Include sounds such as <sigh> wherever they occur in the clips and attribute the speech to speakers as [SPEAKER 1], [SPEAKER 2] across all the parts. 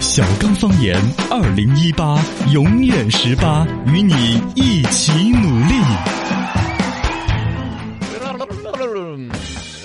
[SPEAKER 1] 小刚方言二零一八永远十八，与你一起努力。
[SPEAKER 2] <laughs>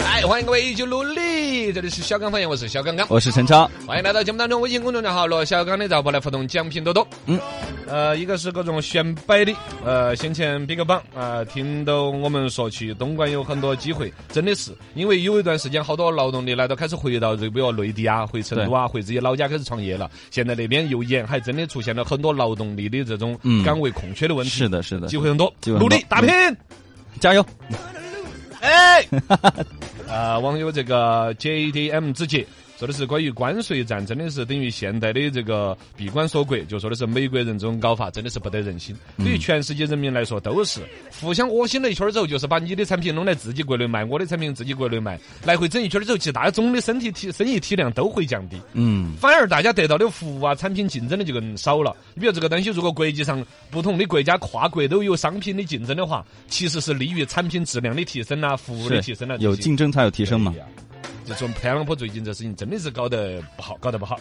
[SPEAKER 2] 哎，欢迎各位一起努力！这里是小刚方言，我是小刚刚，
[SPEAKER 3] 我是陈超。
[SPEAKER 2] 欢迎来到节目当中微信公众号“罗小刚”的直播来互动，奖品多多。嗯，呃，一个是各种选摆的，呃，先前比个榜啊，听到我们说去东莞有很多机会，真的是，因为有一段时间好多劳动力来到开始回到这比如内地啊，回成都啊，回自己老家开始创业了。现在那边又沿海真的出现了很多劳动力的这种
[SPEAKER 3] 嗯
[SPEAKER 2] 岗位空缺的问题，
[SPEAKER 3] 是的，是的，
[SPEAKER 2] 机会很多，
[SPEAKER 3] 机会
[SPEAKER 2] 努
[SPEAKER 3] 很多
[SPEAKER 2] 力打拼！
[SPEAKER 3] 加油！
[SPEAKER 2] 哎，啊，网友这个 JDM 之杰说的是关于关税战，真的是等于现代的这个闭关锁国，就说的是美国人这种搞法真的是不得人心。对于全世界人民来说都是互相恶心了一圈儿之后，就是把你的产品弄来自己国内卖，我的产品自己国内卖，来回整一圈儿之后，其实大家总的身体体生意体量都会降低。
[SPEAKER 3] 嗯，
[SPEAKER 2] 反而大家得到的服务啊、产品竞争的就更少了。你比如这个东西，如果国际上不同的国家跨国都有商品的竞争的话，其实是利于产品质量的提升啊、服务的提升啊。哎
[SPEAKER 3] 是有竞争才有提
[SPEAKER 2] 提
[SPEAKER 3] 升嘛。。
[SPEAKER 2] 就说特朗普最近这事情真的是搞得不好，搞得不好。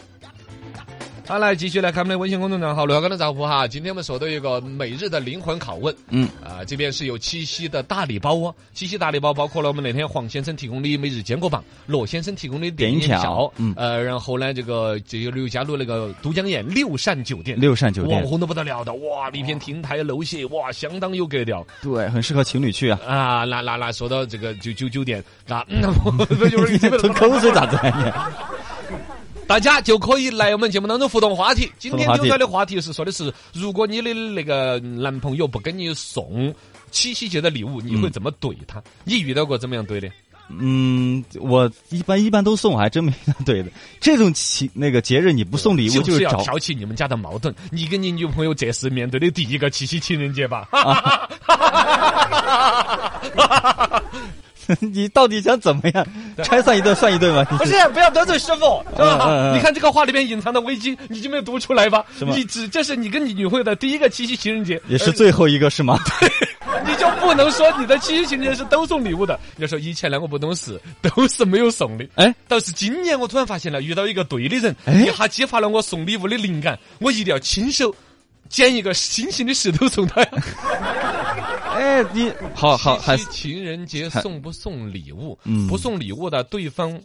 [SPEAKER 2] 好，来继续来看我们的微信公众号“罗小刚的账户”哈。今天我们说到一个每日的灵魂拷问，
[SPEAKER 3] 嗯
[SPEAKER 2] 啊、这边是有七夕的大礼包哦。七夕大礼包包括了我们那天黄先生提供的每日坚果棒，罗先生提供的电
[SPEAKER 3] 影
[SPEAKER 2] 影票
[SPEAKER 3] 票，嗯
[SPEAKER 2] 呃，然后呢，这个这个刘家路那个都江堰六扇酒店，
[SPEAKER 3] 六扇酒
[SPEAKER 2] 网
[SPEAKER 3] 店，
[SPEAKER 2] 红的不得了的，哇，里边亭台楼榭，哇，相
[SPEAKER 3] <laughs>
[SPEAKER 2] 当有格调。
[SPEAKER 3] 对，很适合情侣去
[SPEAKER 2] <laughs>
[SPEAKER 3] 啊。
[SPEAKER 2] 啊，那那那说到这个酒酒酒店，那嗯， <laughs> 我这就是
[SPEAKER 3] 吞口水咋子啊
[SPEAKER 2] 大家就可以来我们节目当中互动话题。今天
[SPEAKER 3] 互动话题
[SPEAKER 2] 丢出来的话题是说的是，如果你的那个男朋友不给你送七夕节的礼物，你会怎么怼他？
[SPEAKER 3] 嗯
[SPEAKER 2] 你遇到过怎么样怼的？
[SPEAKER 3] 你？嗯，我一般一般都送，我还真没对的。这种情那个节日你不送礼物
[SPEAKER 2] 就是是要
[SPEAKER 3] 找
[SPEAKER 2] 挑起你们家的矛盾。你跟你女朋友这是面对的第一个七夕情人节吧？
[SPEAKER 3] <laughs> 啊
[SPEAKER 2] <laughs>
[SPEAKER 3] 你到底想怎么样？拆散一顿算一顿吗？你
[SPEAKER 2] 不是，不要得罪师傅，是吧？
[SPEAKER 3] 嗯嗯嗯
[SPEAKER 2] 你看这个话里面隐藏的危机，你就没有读出来吧？
[SPEAKER 3] 么
[SPEAKER 2] 你只这是你跟你女朋友的第一个七夕情人节，呃
[SPEAKER 3] 也是最后一个是吗？
[SPEAKER 2] <laughs> 你就不能说你的七夕情人节是都送礼物的，你要说以前呢我不懂事，都是没有送的。
[SPEAKER 3] 哎，
[SPEAKER 2] 倒是今年我突然发现了，遇到一个对的人，
[SPEAKER 3] 哎
[SPEAKER 2] 一下激发了我送礼物的灵感，我一定要亲手捡一个新型的石头送他。
[SPEAKER 3] 哎，你好好还
[SPEAKER 2] 七夕情人节送不送礼物？
[SPEAKER 3] 嗯
[SPEAKER 2] 不送礼物的对方。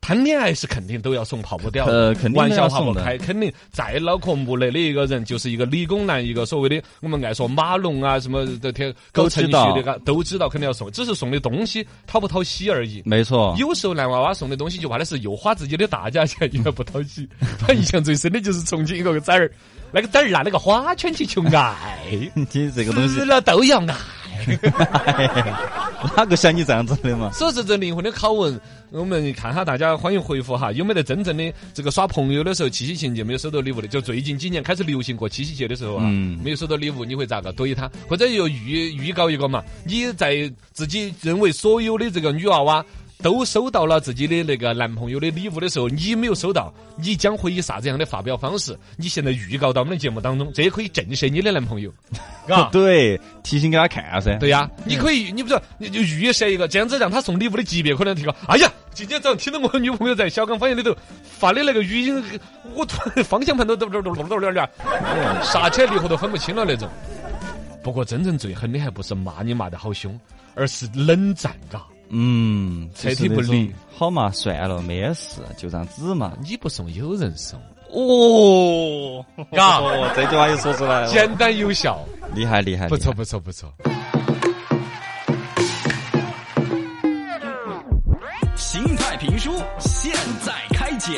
[SPEAKER 2] 谈恋爱是肯定都要送，跑不掉的。
[SPEAKER 3] 呃肯定
[SPEAKER 2] 玩
[SPEAKER 3] 都
[SPEAKER 2] 笑
[SPEAKER 3] 要
[SPEAKER 2] 话不
[SPEAKER 3] 送的
[SPEAKER 2] 开，肯定再脑壳木雷的一个人，就是一个理工男，一个所谓的我们爱说马龙啊什么的，天搞
[SPEAKER 3] 都
[SPEAKER 2] 程
[SPEAKER 3] 知
[SPEAKER 2] 序
[SPEAKER 3] 道
[SPEAKER 2] 的，嘎都知道肯定要送，只是送的东西讨不讨喜而已。
[SPEAKER 3] 没错，
[SPEAKER 2] 有时候男娃娃送的东西就怕的是又花自己的大价钱，又不
[SPEAKER 3] <laughs>
[SPEAKER 2] 讨喜。他印象最深的就是重庆一个崽儿，那个崽儿拿那个花圈去求爱，
[SPEAKER 3] <laughs> 你这个东西
[SPEAKER 2] 死了都要爱。
[SPEAKER 3] 哪个像你这样子的嘛？
[SPEAKER 2] 所以说这灵魂的拷问，我们看哈，大家欢迎回复哈，有没得真正的这个耍朋友的时候，七夕情人节没有收到礼物的？就最近几年开始流行过七夕节的时候啊，
[SPEAKER 3] 嗯，
[SPEAKER 2] 没有收到礼物，你会咋个怼他？或者又预预告一个嘛？你在自己认为所有的这个女娃娃。都收到了自己的那个男朋友的礼物的时候，你没有收到，你将会以啥子样的发表方式？你现在预告到我们的节目当中，这也可以震慑你的男朋友，啊
[SPEAKER 3] 对，提醒给他看噻。
[SPEAKER 2] 对呀、你可以，你不是你就预设一个，这样子让他送礼物的级别可能提高。哎呀，今天早上听到我女朋友在小岗方言里头发的那个语音，我突然方向盘都都都都都都都，刹车离合都分不清了那种。不过真正最狠的还不是骂你骂得好凶，而是冷战嘎。
[SPEAKER 3] 嗯，
[SPEAKER 2] 彻
[SPEAKER 3] 彻
[SPEAKER 2] 底
[SPEAKER 3] 底
[SPEAKER 2] 不
[SPEAKER 3] 不
[SPEAKER 2] 理
[SPEAKER 3] 理。好嘛，算了，没事，就这样子嘛。
[SPEAKER 2] 你不送有人送，
[SPEAKER 3] 哦，
[SPEAKER 2] 嘎
[SPEAKER 3] 哦，这句话又说出来了，
[SPEAKER 2] 简单有效，
[SPEAKER 3] 厉害厉害，
[SPEAKER 2] 不错
[SPEAKER 3] 厉害。
[SPEAKER 2] 不错不错。
[SPEAKER 1] 形态评书现在开讲，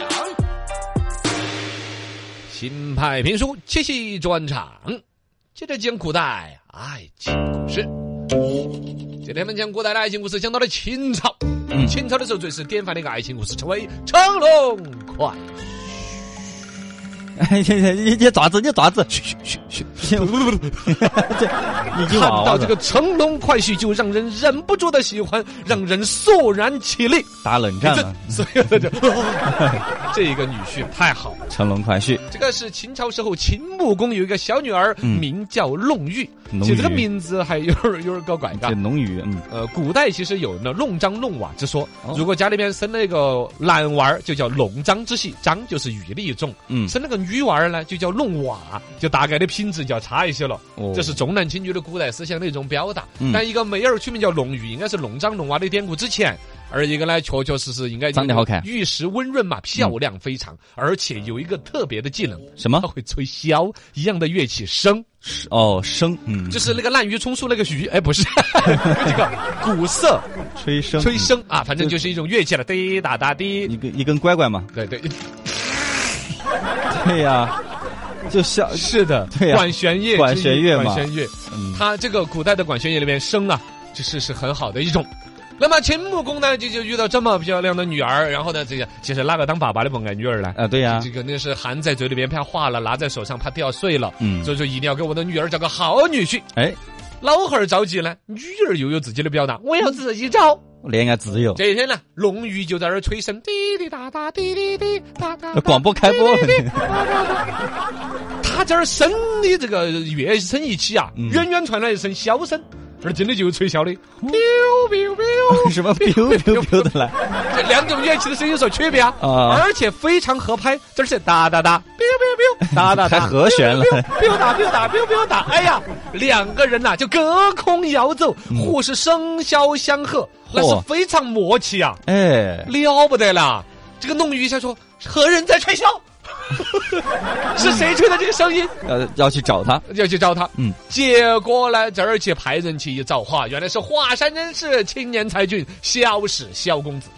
[SPEAKER 2] 新派评书七夕专场，接着讲古代爱情故事。今天我们讲古代的爱情故事，讲到了秦朝。秦朝的时候最是典范的一个爱情故事，成为乘龙快
[SPEAKER 3] 哎，你 <laughs> 你你爪子，你爪子，嘘嘘嘘嘘， <laughs> 这你
[SPEAKER 2] 看
[SPEAKER 3] 你娃
[SPEAKER 2] 到
[SPEAKER 3] 娃
[SPEAKER 2] 这个乘龙快婿就让人忍不住的喜欢，让人肃然起立。
[SPEAKER 3] 嗯打冷战了，啊
[SPEAKER 2] 所有的就， <laughs> 这一个女婿太好了。
[SPEAKER 3] 乘龙快婿，
[SPEAKER 2] 这个是秦朝时候秦穆公有一个小女儿，
[SPEAKER 3] 嗯
[SPEAKER 2] 名叫弄玉，
[SPEAKER 3] 弄
[SPEAKER 2] 其实这个
[SPEAKER 3] 玉
[SPEAKER 2] 名字还有点儿有点儿搞怪，
[SPEAKER 3] 这
[SPEAKER 2] 嘎。
[SPEAKER 3] 龙鱼，嗯，
[SPEAKER 2] 呃，古代其实有那弄璋弄瓦之说
[SPEAKER 3] 哦，
[SPEAKER 2] 如果家里面生了一个男娃儿，就叫弄璋之系，璋就是玉的一种；
[SPEAKER 3] 嗯
[SPEAKER 2] 生了个女娃儿呢，就叫弄瓦，就大概的品质就要差一些了。
[SPEAKER 3] 哦
[SPEAKER 2] 这是重男轻女的古代思想的一种表达
[SPEAKER 3] 嗯。
[SPEAKER 2] 但一个妹儿取名叫弄玉，应该是弄璋弄瓦的典故之前。而一个呢，确确实实应该
[SPEAKER 3] 长得好看
[SPEAKER 2] 玉石温润嘛，漂亮非常，而且有一个特别的技能，
[SPEAKER 3] 哦什么
[SPEAKER 2] 它？会吹箫一样的乐器笙，
[SPEAKER 3] 哦，笙，嗯，
[SPEAKER 2] 就是那个滥竽充数那个鱼，哎，不是 <laughs> 这个鼓瑟
[SPEAKER 3] 吹笙，
[SPEAKER 2] 吹笙啊，反正就是一种乐器了，滴答答滴
[SPEAKER 3] 嗯嗯，。一根一根乖乖嘛，
[SPEAKER 2] 对对，
[SPEAKER 3] 对呀，就像
[SPEAKER 2] 是的，
[SPEAKER 3] 对呀
[SPEAKER 2] 管弦乐之一，
[SPEAKER 3] 管弦乐嘛
[SPEAKER 2] 管弦乐，
[SPEAKER 3] 嗯
[SPEAKER 2] 它这个古代的管弦乐里面笙啊，就是是很好的一种。那么秦穆公呢，就就遇到这么漂亮的女儿，然后呢，这个其实哪个当爸爸的不爱女儿呢？
[SPEAKER 3] 啊，对呀
[SPEAKER 2] 这，个那是含在嘴里面怕化了，拿在手上怕掉碎了，
[SPEAKER 3] 嗯
[SPEAKER 2] 所以说一定要给我的女儿找个好女婿。
[SPEAKER 3] 哎，
[SPEAKER 2] 老汉儿着急呢，女儿又有自己的表达，我要自己找。
[SPEAKER 3] 恋爱自由，
[SPEAKER 2] 这一天呢，龙鱼就在那儿吹笙，滴滴答答，滴滴滴答答。
[SPEAKER 3] 呃广播开播了
[SPEAKER 2] 滴滴滴答答答他这儿笙的这个乐声一起啊，
[SPEAKER 3] 嗯
[SPEAKER 2] 远远传来一声箫声，而真的就有吹箫的，biu biu biu
[SPEAKER 3] <laughs> 为什么 biu biu biu 的来？
[SPEAKER 2] 这两种乐器的声音有所区别啊，
[SPEAKER 3] 啊
[SPEAKER 2] 而且非常合拍，这是哒哒哒，biu biu
[SPEAKER 3] <laughs>
[SPEAKER 2] biu，哒哒
[SPEAKER 3] 还
[SPEAKER 2] 哒，
[SPEAKER 3] 和弦了
[SPEAKER 2] biu 打 biu 打 biu biu 打，哎呀，两个人呐、就隔空遥奏，互是笙箫相和，那
[SPEAKER 3] 嗯
[SPEAKER 2] 是
[SPEAKER 3] 嚯
[SPEAKER 2] 非常默契啊，
[SPEAKER 3] 哎，
[SPEAKER 2] 了不得啦！这个弄鱼一下说何人在吹箫？ <laughs> 是谁吹的这个声音？
[SPEAKER 3] 要要去找他，
[SPEAKER 2] 要去找他。
[SPEAKER 3] 嗯，
[SPEAKER 2] 结果呢，这儿去派人去一找，哈，原来是华山人士青年才俊萧史萧公子。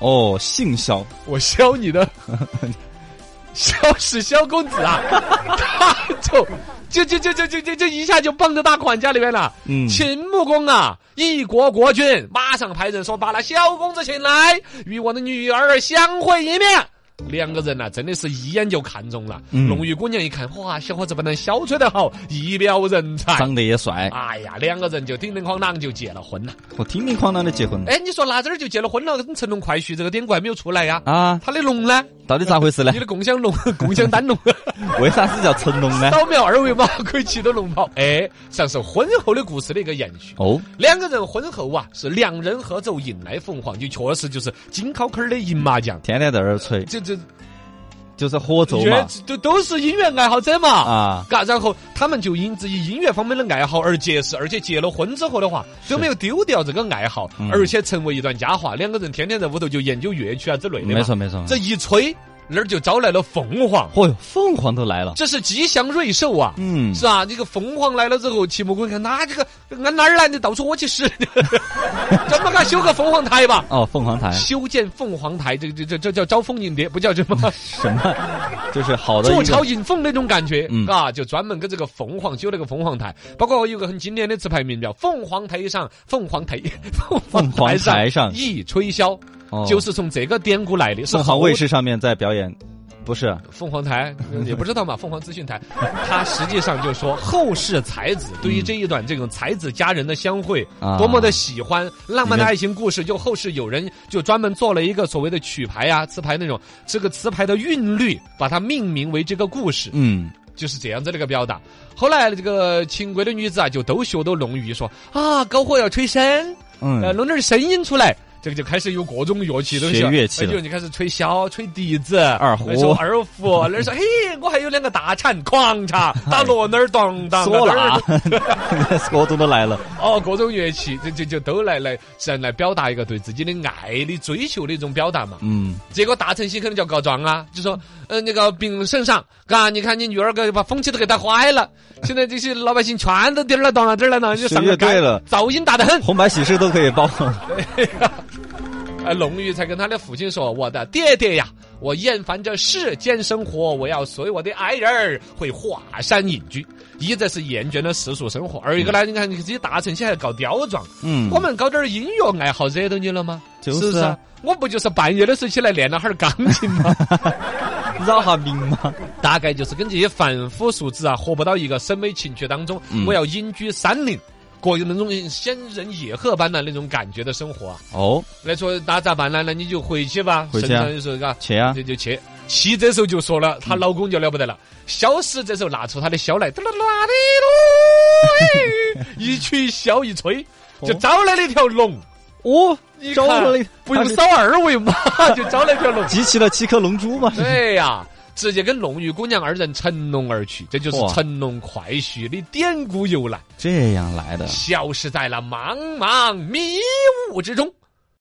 [SPEAKER 3] 哦，姓肖，
[SPEAKER 2] 我削
[SPEAKER 3] <laughs>
[SPEAKER 2] 你的削死萧公子啊！ <laughs> 他就就就就就就就就一下就蹦到大管家里面了。
[SPEAKER 3] 嗯
[SPEAKER 2] 秦穆公啊，一国国君，马上派人说把那萧公子请来，与我的女儿相会一面。两个人呐、真的是一眼就看中了。
[SPEAKER 3] 嗯
[SPEAKER 2] 龙玉姑娘一看，哇，小伙子不能小吹得好，一表人才。
[SPEAKER 3] 长得也帅，
[SPEAKER 2] <laughs> 哎呀，两个人就叮叮哐啷就结了婚了。
[SPEAKER 3] 我叮叮哐啷的结婚了
[SPEAKER 2] 哎，你说哪这儿就结了婚了？跟乘龙快婿这个典故还没有出来呀、
[SPEAKER 3] 啊，
[SPEAKER 2] 他的龙呢？
[SPEAKER 3] 到底咋回事呢
[SPEAKER 2] 你？的共享龙、共享单龙，
[SPEAKER 3] 为啥子叫成龙呢？
[SPEAKER 2] 扫描二维码可以骑到龙袍。哎，像是婚后的故事的一个延续。
[SPEAKER 3] 哦，
[SPEAKER 2] 两个人婚后啊，是两人合奏迎来凤凰，就确实就是金靠坑儿的赢麻将。
[SPEAKER 3] 天天在那儿吹，
[SPEAKER 2] 这这
[SPEAKER 3] 就是合奏
[SPEAKER 2] 乐
[SPEAKER 3] 嘛，
[SPEAKER 2] 都都是音乐爱好者嘛
[SPEAKER 3] 啊
[SPEAKER 2] 嘎，然后他们就因自己音乐方面的爱好而结识，而且结了婚之后的话都没有丢掉这个爱好，
[SPEAKER 3] 嗯
[SPEAKER 2] 而且成为一段佳话。两个人天天在屋头就研究乐曲啊之类的嘛
[SPEAKER 3] 没错没错。
[SPEAKER 2] 这一吹那儿就招来了凤凰，
[SPEAKER 3] 嚯哟，凤凰都来了，
[SPEAKER 2] 这是吉祥瑞兽啊！
[SPEAKER 3] 嗯，
[SPEAKER 2] 是啊，这个凤凰来了之后，秦穆公一看，那这个俺哪儿来的？到处我去使，咱们给它修个凤凰台吧。
[SPEAKER 3] 哦，凤凰台
[SPEAKER 2] 修建凤凰台，这这这这叫招蜂引蝶，不叫什么
[SPEAKER 3] 什么，就是好的
[SPEAKER 2] 筑
[SPEAKER 3] 一
[SPEAKER 2] 巢
[SPEAKER 3] 个
[SPEAKER 2] 引凤那种感觉，
[SPEAKER 3] 嗯
[SPEAKER 2] 啊，就专门跟这个凤凰修了个凤凰台。包括有个很经典的词牌名叫《凤凰台上》，凤凰台，凤
[SPEAKER 3] 凤凰台上
[SPEAKER 2] 一吹箫，
[SPEAKER 3] 哦
[SPEAKER 2] 就是从这个典故来的。是
[SPEAKER 3] 凤凰
[SPEAKER 2] 猴
[SPEAKER 3] 卫视上面在表演，不是
[SPEAKER 2] 凤凰 <laughs> 台也不知道嘛，凤凰资讯台，他实际上就说后世才子对于这一段这种才子佳人的相会，
[SPEAKER 3] 啊
[SPEAKER 2] 多么的喜欢，浪漫的爱情故事。就后世有人就专门做了一个所谓的曲牌啊、词牌那种，这个词牌的韵律，把它命名为这个故事，
[SPEAKER 3] 嗯，
[SPEAKER 2] 就是这样子的一个表达。后来这个秦国的女子啊，就都学到龙鱼说啊，篝火要吹笙，呃，
[SPEAKER 3] 嗯，
[SPEAKER 2] 弄点声音出来。这个就开始有各种乐器东西了，
[SPEAKER 3] 学乐器
[SPEAKER 2] 哎
[SPEAKER 3] 了
[SPEAKER 2] 就你开始吹箫、吹笛子、哎
[SPEAKER 3] 二胡
[SPEAKER 2] 说二胡，那
[SPEAKER 3] <laughs>
[SPEAKER 2] 儿说嘿，我还有两个大铲，哐嚓，
[SPEAKER 3] 哎
[SPEAKER 2] 打锣那儿咚当，
[SPEAKER 3] 唢
[SPEAKER 2] 那
[SPEAKER 3] 呐
[SPEAKER 2] 儿，
[SPEAKER 3] <laughs> 唢啊呐都来了，
[SPEAKER 2] 哦，各种乐器，这这就都来来自然来表达一个对自己的爱的追求的一种表达嘛。
[SPEAKER 3] 嗯，
[SPEAKER 2] 结果大城西可能就要告状啊，就说，呃，那个病身上，嘎，你看你女儿个把风气都给带
[SPEAKER 3] <laughs>
[SPEAKER 2] 坏了，现在这些老百姓全都颠儿了倒了颠儿了倒了，就上
[SPEAKER 3] 学乐
[SPEAKER 2] 了
[SPEAKER 3] 队
[SPEAKER 2] 街
[SPEAKER 3] 了
[SPEAKER 2] 噪音大得很。
[SPEAKER 3] 红白喜事都可以包，
[SPEAKER 2] 呃，龙玉才跟他的父亲说：“我的爹爹呀，我厌烦这世间生活，我要随我的爱人儿回华山隐居。一则是厌倦了世俗生活，二一个呢，你看你自己大城市还搞刁状，
[SPEAKER 3] 嗯，
[SPEAKER 2] 我们搞点儿音乐爱好惹到你了吗？
[SPEAKER 3] 就是啊
[SPEAKER 2] 不是啊？我不就是半夜的时候起来练了哈儿钢琴吗？
[SPEAKER 3] 绕下名嘛，
[SPEAKER 2] 大概就是跟这些凡夫俗子啊，活不到一个审美情趣当中。
[SPEAKER 3] 嗯
[SPEAKER 2] 我要隐居山林。过那种仙人野鹤般的那种感觉的生活啊。
[SPEAKER 3] 哦，
[SPEAKER 2] 那说那咋办呢？那你就回去吧。
[SPEAKER 3] 回去啊
[SPEAKER 2] 身上就说嘎，
[SPEAKER 3] 切啊嗯
[SPEAKER 2] 这，就去。妻这时候就说了，她老公就了不得了。小史这时候拿出他的箫来，嘟啦啦
[SPEAKER 3] <laughs>
[SPEAKER 2] 的噜，哎一曲箫一吹，就招来了一条龙。
[SPEAKER 3] 哦
[SPEAKER 2] 你，
[SPEAKER 3] 招
[SPEAKER 2] 看
[SPEAKER 3] 了一
[SPEAKER 2] 不用扫二维码
[SPEAKER 3] <laughs>
[SPEAKER 2] 就招来一条龙。
[SPEAKER 3] 集齐了七颗龙珠 <laughs> 嘛？
[SPEAKER 2] 对哎呀、直接跟龙与姑娘二人乘龙而去，这就是
[SPEAKER 3] 哇
[SPEAKER 2] 乘龙快婿的典故由来，
[SPEAKER 3] 这样来的，
[SPEAKER 2] 消失在了茫茫迷雾之中。